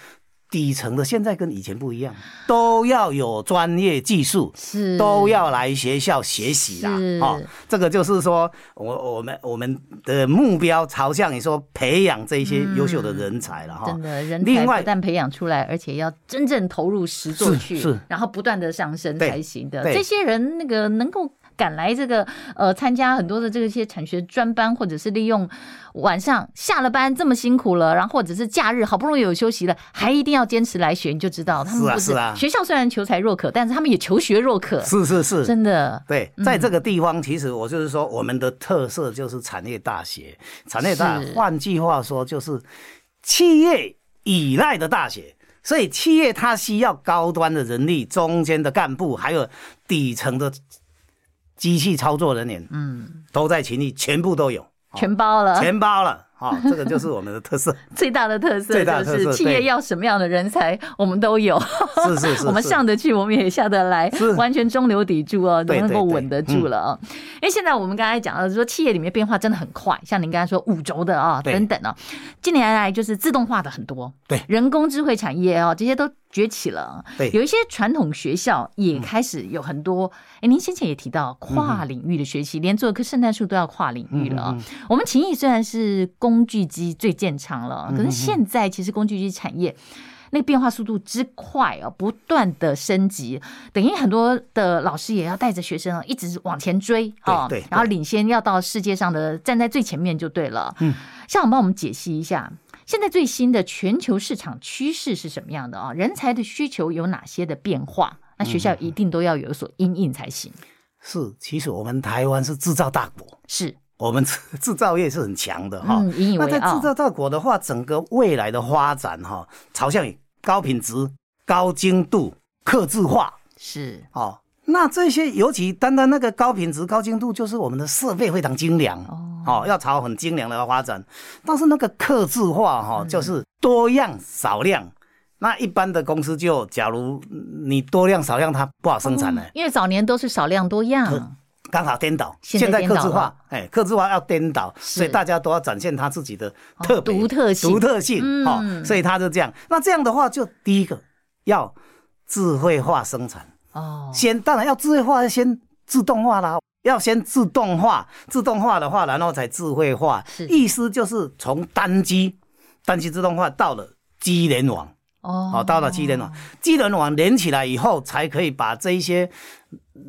[SPEAKER 2] 底层的现在跟以前不一样，都要有专业技术，
[SPEAKER 1] 是
[SPEAKER 2] 都要来学校学习啦
[SPEAKER 1] 嗯是。
[SPEAKER 2] 哦，这个就是说，我我们我们的目标朝向你说培养这些优秀的人才了哈。
[SPEAKER 1] 真的人才
[SPEAKER 2] 啊另外
[SPEAKER 1] 不但培养出来，而且要真正投入实作
[SPEAKER 2] 是
[SPEAKER 1] 去，
[SPEAKER 2] 是
[SPEAKER 1] 然后不断的上升
[SPEAKER 2] 对
[SPEAKER 1] 才行的。
[SPEAKER 2] 对
[SPEAKER 1] 这些人那个能够。赶来这个呃，参加很多的这些产学专班，或者是利用晚上下了班这么辛苦了，然后或者是假日好不容易有休息了，还一定要坚持来学，你就知道他们
[SPEAKER 2] 是啊
[SPEAKER 1] 不
[SPEAKER 2] 是啊
[SPEAKER 1] 学校虽然求才若渴，但是他们也求学若渴，
[SPEAKER 2] 是是是，
[SPEAKER 1] 真的嗯
[SPEAKER 2] 对，在这个地方，其实我就是说，我们的特色就是产业大学。产业大
[SPEAKER 1] 是，
[SPEAKER 2] 换句话说，就是企业依赖的大学。所以，企业它需要高端的人力、中间的干部，还有底层的机器操作人员，嗯，都在群里，全部都有，
[SPEAKER 1] 全包了。
[SPEAKER 2] 全包了。好、这个就是我们的特色。
[SPEAKER 1] 最大的特色
[SPEAKER 2] 最大的
[SPEAKER 1] 就
[SPEAKER 2] 特
[SPEAKER 1] 是
[SPEAKER 2] 色
[SPEAKER 1] 企业
[SPEAKER 2] 对
[SPEAKER 1] 要什么样的人才，我们都有。
[SPEAKER 2] 是是是，
[SPEAKER 1] 我们
[SPEAKER 2] 是
[SPEAKER 1] 上得去，我们也下得来
[SPEAKER 2] 是，
[SPEAKER 1] 完全中流砥柱哦，
[SPEAKER 2] 对
[SPEAKER 1] 能够
[SPEAKER 2] 对对嗯
[SPEAKER 1] 稳得住了哦。因为现在我们刚才讲到说，企业里面变化真的很快，像您刚才说五轴的啊、
[SPEAKER 2] 对
[SPEAKER 1] 等等啊，近年来就是自动化的很多，
[SPEAKER 2] 对
[SPEAKER 1] 人工智慧产业哦，这些都崛起了。哦
[SPEAKER 2] 对嗯
[SPEAKER 1] 有一些传统学校也开始有很多。哎，您先前也提到跨领域的学习，连做棵圣诞树都要跨领域
[SPEAKER 2] 嗯
[SPEAKER 1] 了啊。我们情谊虽然是工具机最见长了啊，
[SPEAKER 2] 嗯
[SPEAKER 1] 可是现在其实工具机产业。那个变化速度之快哦，不断的升级，等于很多的老师也要带着学生啊，一直往前追哦，
[SPEAKER 2] 对对对
[SPEAKER 1] 然后领先要到世界上的站在最前面就对了。嗯，校长帮我们解析一下，现在最新的全球市场趋势是什么样的啊、人才的需求有哪些的变化？那学
[SPEAKER 2] 嗯
[SPEAKER 1] 校一定都要有所因应才行。
[SPEAKER 2] 是，其实我们台湾是制造大国，
[SPEAKER 1] 是，
[SPEAKER 2] 我们制制造业是很强的哈、
[SPEAKER 1] 嗯，引以
[SPEAKER 2] 那
[SPEAKER 1] 为
[SPEAKER 2] 在制
[SPEAKER 1] 傲。
[SPEAKER 2] 造大国的话，整个未来的发展哈、朝向于高品质、高精度、克制化
[SPEAKER 1] 是
[SPEAKER 2] 哦。那这些尤其单单那个高品质、高精度，就是我们的设备非常精良哦要朝很精良的发展。但是那个克制化
[SPEAKER 1] 嗯
[SPEAKER 2] 哈、就是多样少量。那一般的公司就，假如嗯你多量少量，它不好生产了。
[SPEAKER 1] 嗯因为早年都是少量多样，
[SPEAKER 2] 刚好颠倒，
[SPEAKER 1] 现在
[SPEAKER 2] 现在
[SPEAKER 1] 颠
[SPEAKER 2] 客
[SPEAKER 1] 倒
[SPEAKER 2] 制
[SPEAKER 1] 了
[SPEAKER 2] 化，哎，客制化要颠倒，
[SPEAKER 1] 是哦
[SPEAKER 2] 所以大家都要展现他自己的特别、
[SPEAKER 1] 独特性
[SPEAKER 2] 独特性
[SPEAKER 1] 嗯
[SPEAKER 2] 哦，所以他就这样。那这样的话，就第一个要智慧化生产，
[SPEAKER 1] 哦，
[SPEAKER 2] 先当然要智慧化，先自动化啦。要先自动化，自动化的话，然后才智慧化
[SPEAKER 1] 是。
[SPEAKER 2] 意思就是从单机、单机自动化到了机联网，
[SPEAKER 1] 哦
[SPEAKER 2] 好，到了机能网，机能网连起来以后，才可以把这一些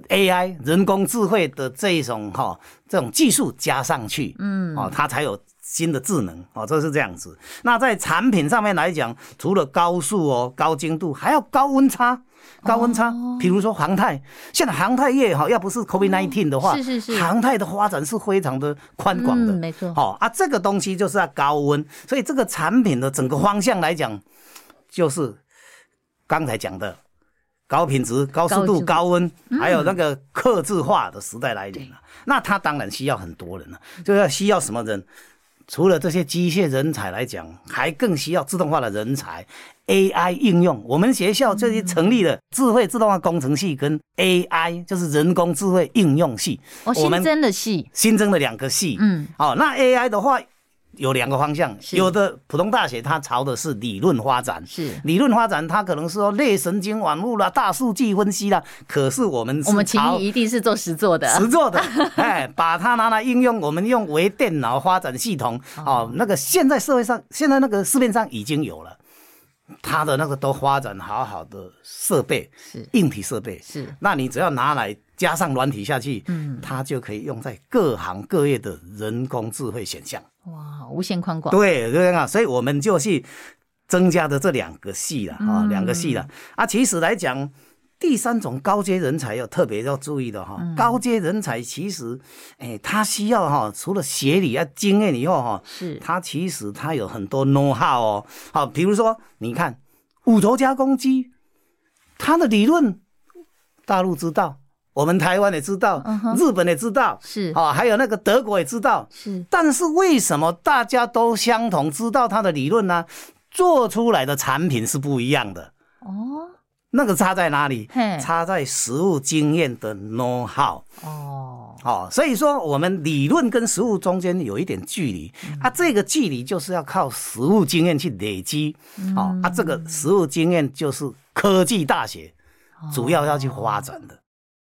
[SPEAKER 2] AI 人工智慧的这一种哈、这种技术加上去，嗯，哦，它才有新的智能，哦，这是这样子。那在产品上面来讲，除了高速哦、高精度，还要高温差。高温差，
[SPEAKER 1] 哦
[SPEAKER 2] 比如说航太，现在航太业哈，要不是 COVID 1 9的话，
[SPEAKER 1] 嗯是是是
[SPEAKER 2] 航太的发展是非常的宽广的，
[SPEAKER 1] 嗯没错
[SPEAKER 2] 好、啊，这个东西就是要高温，所以这个产品的整个方向来讲，就是刚才讲的高品质、高速
[SPEAKER 1] 高嗯
[SPEAKER 2] 度、
[SPEAKER 1] 速
[SPEAKER 2] 高温，还有那个克制化的时代来临了、那它当然需要很多人了、
[SPEAKER 1] 嗯
[SPEAKER 2] 就要需要什么人？除了这些机械人才来讲，还更需要自动化的人才。AI 应用，我们学校最近成立了智慧自动化工程系跟 AI，就是人工智慧应用系。
[SPEAKER 1] 哦，
[SPEAKER 2] 我
[SPEAKER 1] 新
[SPEAKER 2] 们
[SPEAKER 1] 增的戏，
[SPEAKER 2] 新增了两个系。
[SPEAKER 1] 嗯，
[SPEAKER 2] 好、那 AI 的话有两个方向，
[SPEAKER 1] 是
[SPEAKER 2] 有的普通大学它朝的是理论发展，
[SPEAKER 1] 是
[SPEAKER 2] 理论发展，它可能是说类神经网络啦、大数据分析啦，可是我们是
[SPEAKER 1] 我们情
[SPEAKER 2] 朝
[SPEAKER 1] 谊啊一定是做实做的，
[SPEAKER 2] 实 做的，哎，把它拿来应用，我们用微电脑发展系统哦，那个现在社会上，现在那个市面上已经有了。它的那个都发展好好的设备，
[SPEAKER 1] 是
[SPEAKER 2] 硬体设备，
[SPEAKER 1] 是
[SPEAKER 2] 那你只要拿来加上软体下去，嗯，它就可以用在各行各业的人工智慧选项。
[SPEAKER 1] 哇，无限宽广，
[SPEAKER 2] 对，对啊，所以我们就去增加的这两个系了
[SPEAKER 1] 嗯
[SPEAKER 2] 啊，两个系了啊。其实来讲，第三种高阶人才要特别要注意的哈、
[SPEAKER 1] 嗯
[SPEAKER 2] 高阶人才其实，哎，他需要哈、除了学理啊、经验以后哈、
[SPEAKER 1] 是
[SPEAKER 2] 它其实它有很多 know how 哦。好，比如说你看五轴加工机，它的理论大陆知道，我们台湾也知道，
[SPEAKER 1] 嗯
[SPEAKER 2] 日本也知道，
[SPEAKER 1] 是
[SPEAKER 2] 哦，还有那个德国也知道。
[SPEAKER 1] 是
[SPEAKER 2] 但是为什么大家都相同知道它的理论呢？做出来的产品是不一样的。
[SPEAKER 1] 哦
[SPEAKER 2] 那个差在哪里
[SPEAKER 1] 嘿？
[SPEAKER 2] 差在实务经验的 know how。
[SPEAKER 1] 哦，
[SPEAKER 2] 哦，所以说我们理论跟实务中间有一点距离、啊，这个距离就是要靠实务经验去累积。哦，啊，这个实务经验就是科技大学
[SPEAKER 1] 哦
[SPEAKER 2] 主要嗯要去发展的。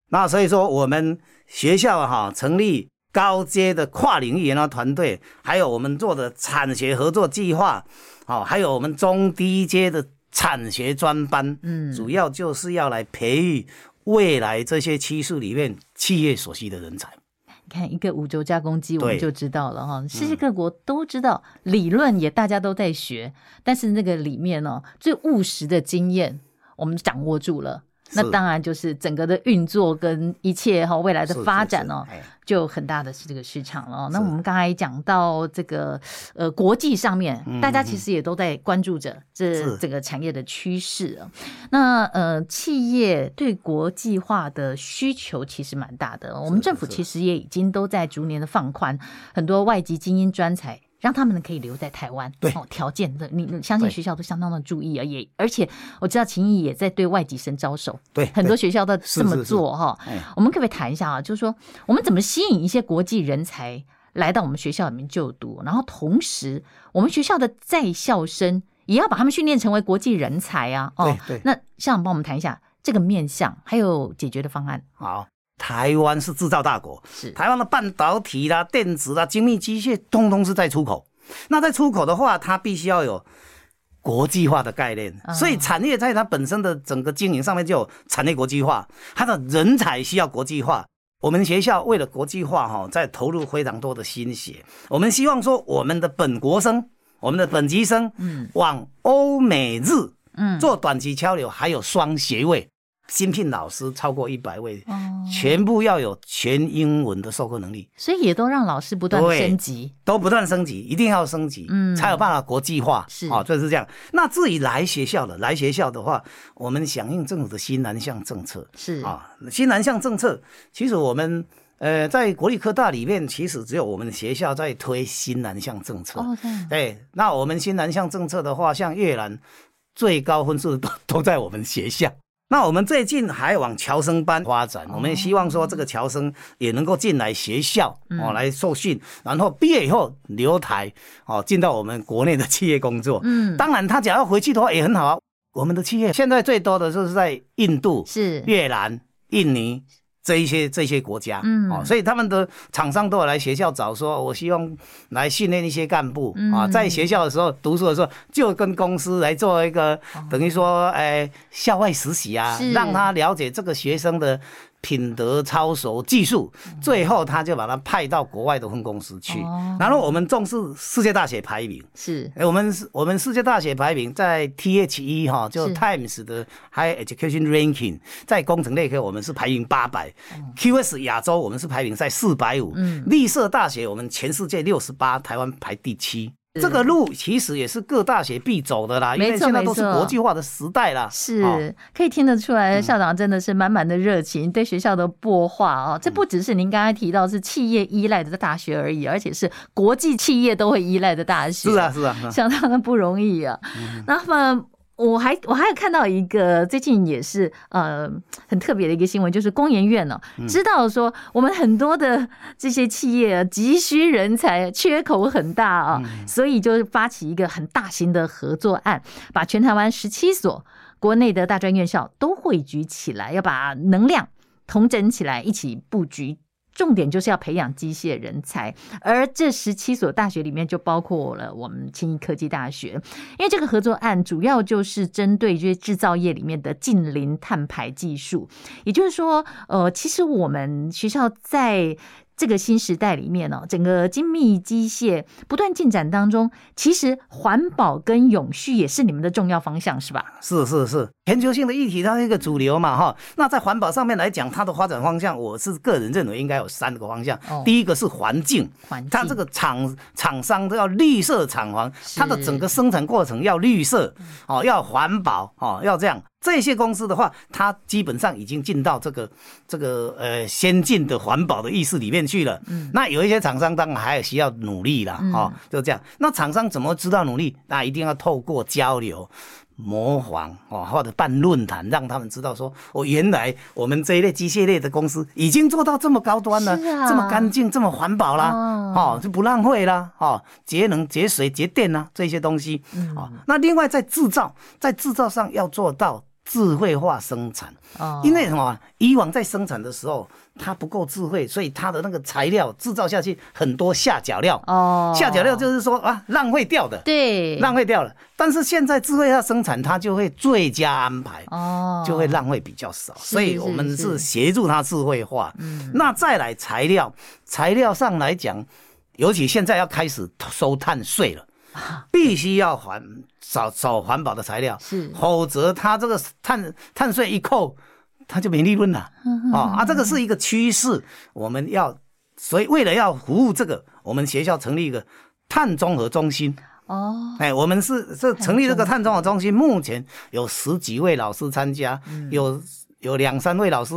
[SPEAKER 2] 那所以说我们学校哈、成立高阶的跨领域研发团队，还有我们做的产学合作计划，哦，还有我们中低阶的产学专班，嗯，主要就是要来培育未来这些趋势里面企业所需的人才。
[SPEAKER 1] 你看一个五轴加工机，我们
[SPEAKER 2] 对
[SPEAKER 1] 就知道了哈。世界各国都知道，理论也大家都在学，但是那个里面哦，最务实的经验我们掌握住了。那
[SPEAKER 2] 是
[SPEAKER 1] 当然就是整个的运作跟一切哈未来的
[SPEAKER 2] 是
[SPEAKER 1] 发
[SPEAKER 2] 是
[SPEAKER 1] 展
[SPEAKER 2] 是
[SPEAKER 1] 哦，
[SPEAKER 2] 哎
[SPEAKER 1] 就有很大的这个市场了哦。那
[SPEAKER 2] 是
[SPEAKER 1] 我们刚才讲到这个呃国际上面，大家其实也都在关注着这
[SPEAKER 2] 嗯是
[SPEAKER 1] 整个产业的趋势啊。那呃，企业对国际化的需求其实蛮大的，我们政府其实也已经都在逐年的放宽很多外籍精英专才。让他们可以留在台湾，
[SPEAKER 2] 对
[SPEAKER 1] 哦，条件的你你相信
[SPEAKER 2] 对
[SPEAKER 1] 学校都相当的注意啊，也而且我知道秦毅也在对外籍生招手，
[SPEAKER 2] 对，
[SPEAKER 1] 很多
[SPEAKER 2] 对
[SPEAKER 1] 学校都
[SPEAKER 2] 是
[SPEAKER 1] 这么
[SPEAKER 2] 是是
[SPEAKER 1] 做哈。
[SPEAKER 2] 哎
[SPEAKER 1] 我们可不可以谈一下啊？就是说，我们怎么吸引一些国际人才来到我们学校里面就读，然后同时，我们学校的在校生也要把他们训练成为国际人才啊。哦，
[SPEAKER 2] 对对
[SPEAKER 1] 那校长帮我们谈一下这个面向，还有解决的方案。
[SPEAKER 2] 好。台湾是制造大国，
[SPEAKER 1] 是
[SPEAKER 2] 台湾的半导体啦、电子啦、精密机械，通通是在出口。那在出口的话，它必须要有国际化的概念，所以产业在它本身的整个经营上面就有产业国际化，它的人才需要国际化。我们学校为了国际化哈、在投入非常多的心血。我们希望说，我们的本国生、我们的本籍生，嗯，往欧美日，嗯，做短期交流，还有双学位。新聘老师超过一百位，
[SPEAKER 1] 哦
[SPEAKER 2] 全部要有全英文的授课能力。
[SPEAKER 1] 所以也都让老师不断的
[SPEAKER 2] 对
[SPEAKER 1] 升级。
[SPEAKER 2] 都不断升级，一定要升级，
[SPEAKER 1] 嗯
[SPEAKER 2] 才有办法国际化。
[SPEAKER 1] 是
[SPEAKER 2] 啊、就是这样。那至于来学校的，来学校的话，我们响应政府的新南向政策
[SPEAKER 1] 是
[SPEAKER 2] 啊，新南向政策，其实我们呃在国立科大里面，其实只有我们学校在推新南向政策。
[SPEAKER 1] 哦，这样
[SPEAKER 2] 对，哎那我们新南向政策的话，像越南最高分数的都都在我们学校。那我们最近还往侨生班发展，我们也希望说这个侨生也能够进来学校哦来受训，然后毕业以后留台哦进到我们国内的企业工作。
[SPEAKER 1] 嗯
[SPEAKER 2] 当然他只要回去的话也很好啊。我们的企业现在最多的就是在印度、
[SPEAKER 1] 是
[SPEAKER 2] 越南、印尼、这一些这些国家，
[SPEAKER 1] 嗯
[SPEAKER 2] 哦，所以他们的厂商都有来学校找说，我希望来训练一些干部、
[SPEAKER 1] 嗯
[SPEAKER 2] 啊，在学校的时候读书的时候，就跟公司来做一个、等于说，哎，校外实习啊
[SPEAKER 1] 哦是，
[SPEAKER 2] 让他了解这个学生的品德操守、技术，最后他就把他派到国外的分公司去。
[SPEAKER 1] 嗯哦
[SPEAKER 2] 然后我们重视世界大学排名，
[SPEAKER 1] 是
[SPEAKER 2] 哎，我们是我们世界大学排名在 THE 哈，就是 Times 的 High Education Ranking，在工程类科我们是排名八百，QS
[SPEAKER 1] 哦
[SPEAKER 2] 亚洲我们是排名在四百五，
[SPEAKER 1] 嗯
[SPEAKER 2] 绿色大学我们全世界六十八，台湾排第七。
[SPEAKER 1] 是
[SPEAKER 2] 这个路其实也是各大学必走的啦，因
[SPEAKER 1] 没
[SPEAKER 2] 为
[SPEAKER 1] 错
[SPEAKER 2] 现在都
[SPEAKER 1] 没
[SPEAKER 2] 是
[SPEAKER 1] 错
[SPEAKER 2] 国际化的时代啦。哦
[SPEAKER 1] 是，可以听得出
[SPEAKER 2] 嗯
[SPEAKER 1] 来，校长真的是满满的热情，对学校的擘画哦，
[SPEAKER 2] 嗯
[SPEAKER 1] 这不只是您刚才提到是企业依赖的大学而已，而且是国际企业都会依赖的大学。
[SPEAKER 2] 是啊，是啊，是啊
[SPEAKER 1] 相当的不容易啊。那么。我还我还有看到一个最近也是呃很特别的一个新闻，就是工研院呢、知道说我们很多的这些企业啊急需人才，缺口很大啊，所以就发起一个很大型的合作案，把全台湾十七所国内的大专院校都汇聚起来，要把能量统整起来，一起布局。重点就是要培养机械人才，而这十七所大学里面就包括了我们清一科技大学，因为这个合作案主要就是针对这些制造业里面的近邻碳排技术，也就是说，呃，其实我们学校在这个新时代里面哦，整个精密机械不断进展当中，其实环保跟永续也是你们的重要方向，是吧？
[SPEAKER 2] 是是是，全球性的议题它是一个主流嘛哈。那在环保上面来讲，它的发展方向，我是个人认为应该有三个方向。
[SPEAKER 1] 哦
[SPEAKER 2] 第一个是环境，
[SPEAKER 1] 环境
[SPEAKER 2] 它这个厂厂商都要绿色厂房，它的
[SPEAKER 1] 是嗯
[SPEAKER 2] 整个生产过程要绿色，哦，要环保，哦，要这样。这些公司的话，它基本上已经进到这个这个呃先进的环保的意识里面去了。嗯，那有一些厂商当然还需要努力啦，
[SPEAKER 1] 嗯
[SPEAKER 2] 哦，就这样。那厂商怎么知道努力？那一定要透过交流。模仿哦，或者办论坛，让他们知道说，哦，原来我们这一类机械类的公司已经做到这么高端了，
[SPEAKER 1] 是啊
[SPEAKER 2] 这么干净，这么环保啦，
[SPEAKER 1] 哦
[SPEAKER 2] 哦，就不浪费啦，哦，节能、节水、节电啊，这些东西，
[SPEAKER 1] 嗯
[SPEAKER 2] 哦，那另外在制造，在制造上要做到智慧化生产，
[SPEAKER 1] 哦
[SPEAKER 2] 因为什么啊？以往在生产的时候，它不够智慧，所以它的那个材料制造下去很多下脚料，
[SPEAKER 1] 哦
[SPEAKER 2] 下脚料就是说啊，浪费掉的，
[SPEAKER 1] 对
[SPEAKER 2] 浪费掉了。但是现在智慧化生产，它就会最佳安排。
[SPEAKER 1] 哦
[SPEAKER 2] 就会浪费比较少，所以我们
[SPEAKER 1] 是嗯
[SPEAKER 2] 是协助它智慧化。那再来材料，材料上来讲，尤其现在要开始收碳税了，必须要环找找环保的材料，
[SPEAKER 1] 啊是
[SPEAKER 2] 否则它这个碳碳税一扣，它就没利润了啊、
[SPEAKER 1] 嗯
[SPEAKER 2] 啊！这个是一个趋势，我们要所以为了要服务这个，我们学校成立一个碳综合中心。
[SPEAKER 1] 哦
[SPEAKER 2] 哎，我们是这成立这个碳中和中心，目前有十几位老师参加，
[SPEAKER 1] 嗯
[SPEAKER 2] 有有两三位老师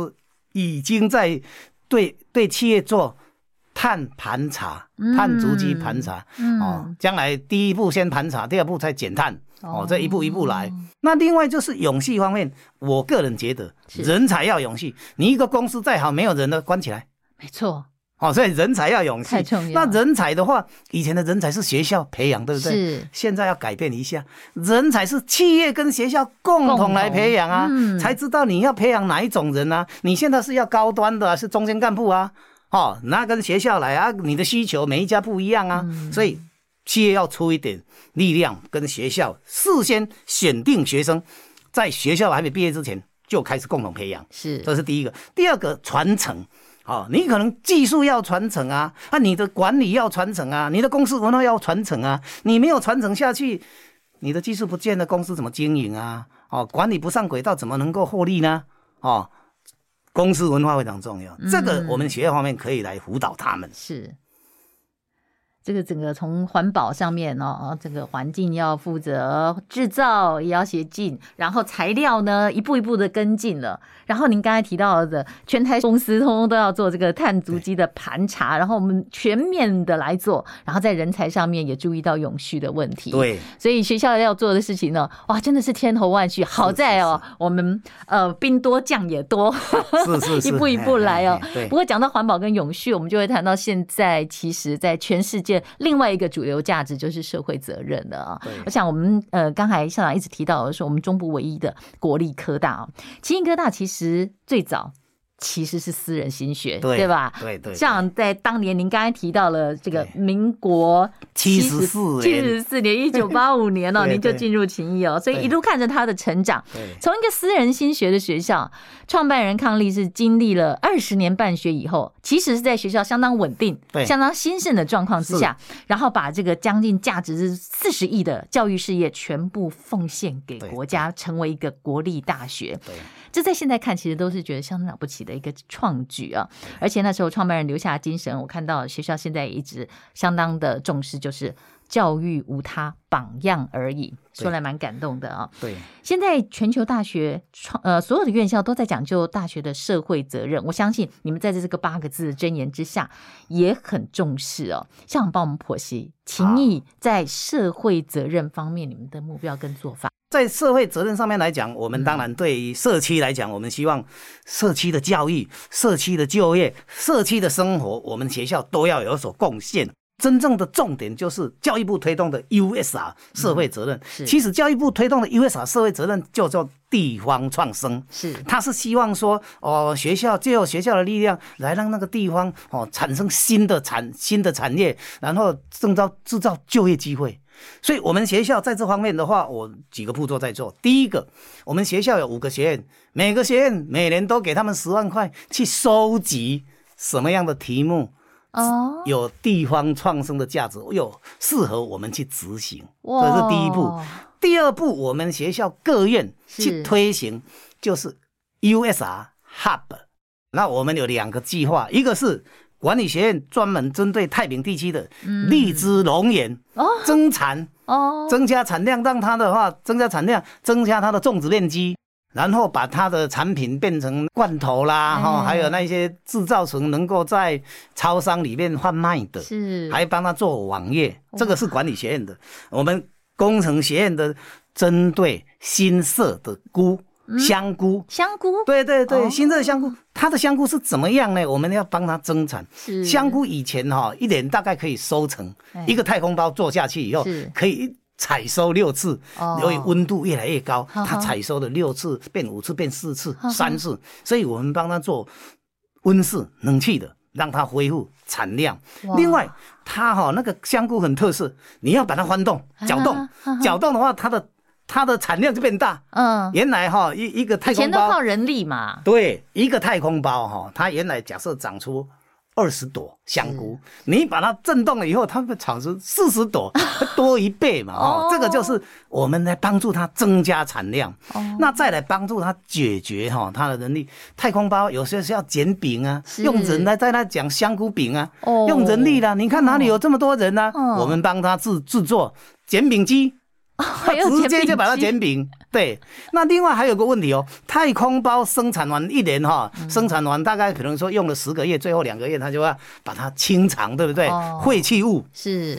[SPEAKER 2] 已经在对对企业做碳盘查、
[SPEAKER 1] 嗯
[SPEAKER 2] 碳足迹盘查。哦，将来第一步先盘查，第二步再减碳。哦，这一步一步来。那另外就是勇气方面，我个人觉得
[SPEAKER 1] 是
[SPEAKER 2] 人才要勇气。你一个公司再好，没有人的关起来。
[SPEAKER 1] 没错
[SPEAKER 2] 哦，所以人才要勇气
[SPEAKER 1] 太重。要
[SPEAKER 2] 那人才的话，以前的人才是学校培养，对不对？
[SPEAKER 1] 是
[SPEAKER 2] 现在要改变一下，人才是企业跟学校共
[SPEAKER 1] 共同
[SPEAKER 2] 同来培养啊，
[SPEAKER 1] 嗯
[SPEAKER 2] 才知道你要培养哪一种人啊。你现在是要高端的、啊，是中间干部啊，哦，那跟学校来啊，你的需求每一家不一样啊，所以企业要出一点力量，跟学校事先选定学生，在学校还没毕业之前就开始共同培养。
[SPEAKER 1] 是
[SPEAKER 2] 这是第一个。第二个传承，哦，你可能技术要传承啊，啊，你的管理要传承啊，你的公司文化要传承啊，你没有传承下去，你的技术不见了，公司怎么经营啊？哦，管理不上轨道，怎么能够获利呢？哦，公司文化非常重
[SPEAKER 1] 嗯
[SPEAKER 2] 要，这个我们学校方面可以来辅导他们。
[SPEAKER 1] 是。这个整个从环保上面哦，这个环境要负责制造，也要协进，然后材料呢一步一步的跟进了。然后您刚才提到的，全台公司通通都要做这个碳足迹的盘查，然后我们全面的来做，然后在人才上面也注意到永续的问题。
[SPEAKER 2] 对，
[SPEAKER 1] 所以学校要做的事情呢，哇，真的是千头万绪。好在哦，我们呃兵多将也多，
[SPEAKER 2] 是是是
[SPEAKER 1] 一步一步来哦
[SPEAKER 2] 嘿嘿嘿。对
[SPEAKER 1] 不过讲到环保跟永续，我们就会谈到现在，其实在全世界另外一个主流价值就是社会责任了啊、
[SPEAKER 2] 对
[SPEAKER 1] 我想我们呃刚才校长一直提到的是我们中部唯一的国立科大哦，奇英科大其实最早。其实是私人新学，
[SPEAKER 2] 对
[SPEAKER 1] 吧？
[SPEAKER 2] 对对对
[SPEAKER 1] 像在当年您刚才提到了这个
[SPEAKER 2] 对
[SPEAKER 1] 民国
[SPEAKER 2] 74
[SPEAKER 1] 七
[SPEAKER 2] 年
[SPEAKER 1] 十四年一九八五年哦，
[SPEAKER 2] 对
[SPEAKER 1] 您就
[SPEAKER 2] 对
[SPEAKER 1] 进入勤益哦，所以
[SPEAKER 2] 对
[SPEAKER 1] 一路看着他的成长。
[SPEAKER 2] 对
[SPEAKER 1] 从一个私人新学的学校，创办人康利是经历了二十年办学以后，其实是在学校相当稳定、
[SPEAKER 2] 对
[SPEAKER 1] 相当兴盛的状况之下，然后把这个将近价值是四十亿的教育事业全部奉献给
[SPEAKER 2] 对
[SPEAKER 1] 国家，成为一个国立大学。
[SPEAKER 2] 对
[SPEAKER 1] 这在现在看，其实都是觉得相当了不起的一个创举啊！而且那时候创办人留下的精神，我看到学校现在也一直相当的重视，就是教育无他，榜样而已。说来蛮感动的啊！
[SPEAKER 2] 对，
[SPEAKER 1] 现在全球大学创呃所有的院校都在讲究大学的社会责任，我相信你们在这个八个字的箴言之下也很重视哦。想帮我们剖析，情谊在社会责任方面你们的目标跟做法。
[SPEAKER 2] 在社会责任上面来讲，我们当然对于社区来讲，我们希望社区的教育、社区的就业、社区的生活，我们学校都要有所贡献。真正的重点就是教育部推动的 USR 社会责任。
[SPEAKER 1] 是
[SPEAKER 2] 其实教育部推动的 USR 社会责任就叫地方创生。
[SPEAKER 1] 是
[SPEAKER 2] 他是希望说，哦，学校借由学校的力量来让那个地方哦产生新的产新的产业，然后制造制造就业机会。所以，我们学校在这方面的话，我几个步骤在做。第一个，我们学校有五个学院，每个学院每年都给他们十万块去收集什么样的题目
[SPEAKER 1] 哦，
[SPEAKER 2] 有地方创生的价值，有适合我们去执行，
[SPEAKER 1] 哇
[SPEAKER 2] 这是第一步。第二步，我们学校各院
[SPEAKER 1] 是
[SPEAKER 2] 去推行，就是 USR Hub。那我们有两个计划，一个是管理学院专门针对太平地区的荔枝、龙眼、
[SPEAKER 1] 嗯哦
[SPEAKER 2] 增产、
[SPEAKER 1] 哦，
[SPEAKER 2] 增加产量，让它的话增加产量，增加它的种植面积。然后把它的产品变成罐头啦，哈、
[SPEAKER 1] 哎
[SPEAKER 2] 还有那些制造成能够在超商里面贩卖的，
[SPEAKER 1] 哦是
[SPEAKER 2] 还帮他做网页，这个是管理学院的。我们工程学院的针对新社的菇、香菇，
[SPEAKER 1] 香菇，
[SPEAKER 2] 对对对，
[SPEAKER 1] 嗯哦
[SPEAKER 2] 新社的香菇，它的香菇是怎么样呢？我们要帮它增产。
[SPEAKER 1] 是
[SPEAKER 2] 香菇以前哈、一年大概可以收成
[SPEAKER 1] 哎，
[SPEAKER 2] 一个太空包做下去以后
[SPEAKER 1] 是，
[SPEAKER 2] 可以采收六次
[SPEAKER 1] 哦，
[SPEAKER 2] 由于温度越来越高，
[SPEAKER 1] 哈哈
[SPEAKER 2] 它采收的六次变五次变四次
[SPEAKER 1] 哈
[SPEAKER 2] 三次，所以我们帮它做温室冷气的，让它恢复产量
[SPEAKER 1] 哇。
[SPEAKER 2] 另外，它哈、那个香菇很特色，你要把它翻动、搅动
[SPEAKER 1] 啊哈哈、
[SPEAKER 2] 搅动的话，它的它的产量就变大。
[SPEAKER 1] 嗯，
[SPEAKER 2] 原来哈、一一个太
[SPEAKER 1] 以前
[SPEAKER 2] 空
[SPEAKER 1] 都靠
[SPEAKER 2] 包，
[SPEAKER 1] 人力嘛，
[SPEAKER 2] 对，一个太空包哈、它原来假设长出。二十朵香菇，
[SPEAKER 1] 嗯
[SPEAKER 2] 你把它震动了以后，它会产生四十 朵，多一倍嘛！哦
[SPEAKER 1] 哦，
[SPEAKER 2] 这个就是我们来帮助它增加产量，
[SPEAKER 1] 哦
[SPEAKER 2] 那再来帮助它解决哈、它的能力。太空包有些是要卷饼啊，
[SPEAKER 1] 是
[SPEAKER 2] 用人来在那讲香菇饼啊，
[SPEAKER 1] 哦
[SPEAKER 2] 用人力啦、你看哪里有这么多人呢、啊
[SPEAKER 1] 嗯
[SPEAKER 2] 我们帮他制制作卷饼机，
[SPEAKER 1] 还有
[SPEAKER 2] 直
[SPEAKER 1] 煎
[SPEAKER 2] 接
[SPEAKER 1] 饼
[SPEAKER 2] 就把它
[SPEAKER 1] 机
[SPEAKER 2] 卷饼。对，那另外还有个问题哦，太空包生产完一年哈、
[SPEAKER 1] 嗯
[SPEAKER 2] 生产完大概可能说用了十个月，最后两个月它就要把它清肠，对不对
[SPEAKER 1] 哦？
[SPEAKER 2] 废弃物，
[SPEAKER 1] 是，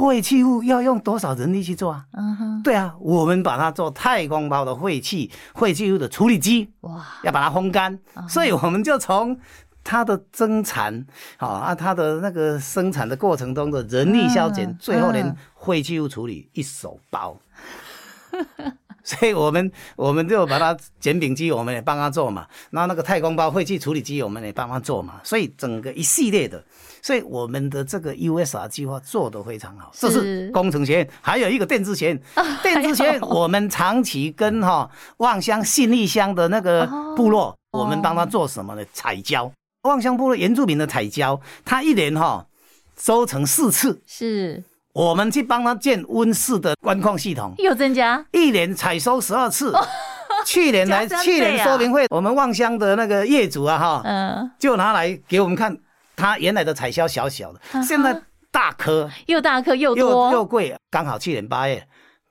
[SPEAKER 2] 废弃物要用多少人力去做啊？
[SPEAKER 1] 嗯哼，
[SPEAKER 2] 对啊，我们把它做太空包的废气废弃物的处理机，
[SPEAKER 1] 哇，
[SPEAKER 2] 要把它烘干，
[SPEAKER 1] 啊
[SPEAKER 2] 所以我们就从它的增产啊啊，它的那个生产的过程中的人力消减，
[SPEAKER 1] 嗯
[SPEAKER 2] 最后连
[SPEAKER 1] 嗯
[SPEAKER 2] 废弃物处理一手包。 所以我们我们就把它卷饼机，我们也帮他做嘛。那那个太空包废气处理机，我们也帮他做嘛。所以整个一系列的，所以我们的这个 USR 计划做得非常好。这
[SPEAKER 1] 是哎
[SPEAKER 2] 是工程学院，还有一个电子学院。 电子学院我们长期跟哈、望乡信义乡的那个部落，
[SPEAKER 1] 哦
[SPEAKER 2] 我们帮他做什么呢？采椒。望乡部落原住民的采椒，他一年哈、收成四次，
[SPEAKER 1] 是
[SPEAKER 2] 我们去帮他建温室的管控系统。
[SPEAKER 1] 又增加，
[SPEAKER 2] 一年采收十二次。
[SPEAKER 1] 哦
[SPEAKER 2] 去 年来，
[SPEAKER 1] 加三倍
[SPEAKER 2] 去
[SPEAKER 1] 啊
[SPEAKER 2] 年说明会，我们望乡的那个业主啊，哈、
[SPEAKER 1] 嗯，
[SPEAKER 2] 就拿来给我们看，他原来的采销小小的，现在大颗
[SPEAKER 1] 又大颗又
[SPEAKER 2] 又又
[SPEAKER 1] 嗯多，
[SPEAKER 2] 贵，刚好去年八月，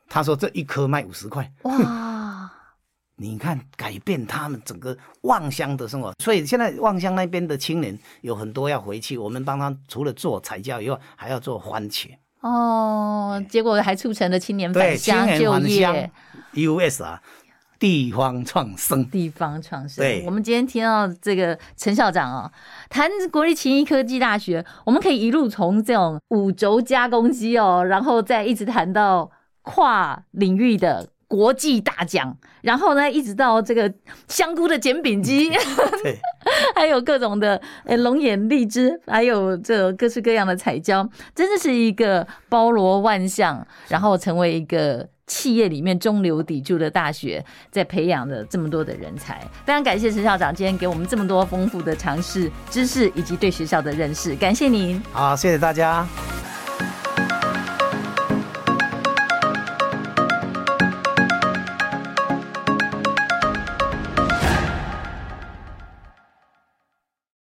[SPEAKER 2] 他说这一颗卖五十块，
[SPEAKER 1] 哇，
[SPEAKER 2] 你看改变他们整个望乡的生活，所以现在望乡那边的青年有很多要回去，我们帮他除了做采椒以外，还要做番茄，
[SPEAKER 1] 哦，结果还促成了青年返
[SPEAKER 2] 对，青
[SPEAKER 1] 乡
[SPEAKER 2] 年
[SPEAKER 1] 就
[SPEAKER 2] 返乡
[SPEAKER 1] 业。
[SPEAKER 2] ，US 啊，地方创生。
[SPEAKER 1] 地方创生。
[SPEAKER 2] 对
[SPEAKER 1] 我们今天听到这个陈校长哦，谈国立勤益科技大学，我们可以一路从这种五轴加工机哦，然后再一直谈到跨领域的。国际大奖，然后呢，一直到这个香菇的煎饼机，
[SPEAKER 2] 对，
[SPEAKER 1] 还有各种的呃龙眼荔枝，还有这各式各样的彩椒，真的是一个包罗万象，然后成为一个。企业里面中流砥柱的大学，在培养了这么多的人才，非常感谢陈校长今天给我们这么多丰富的尝试、知识以及对学校的认识，感谢您。
[SPEAKER 2] 好，谢谢大家。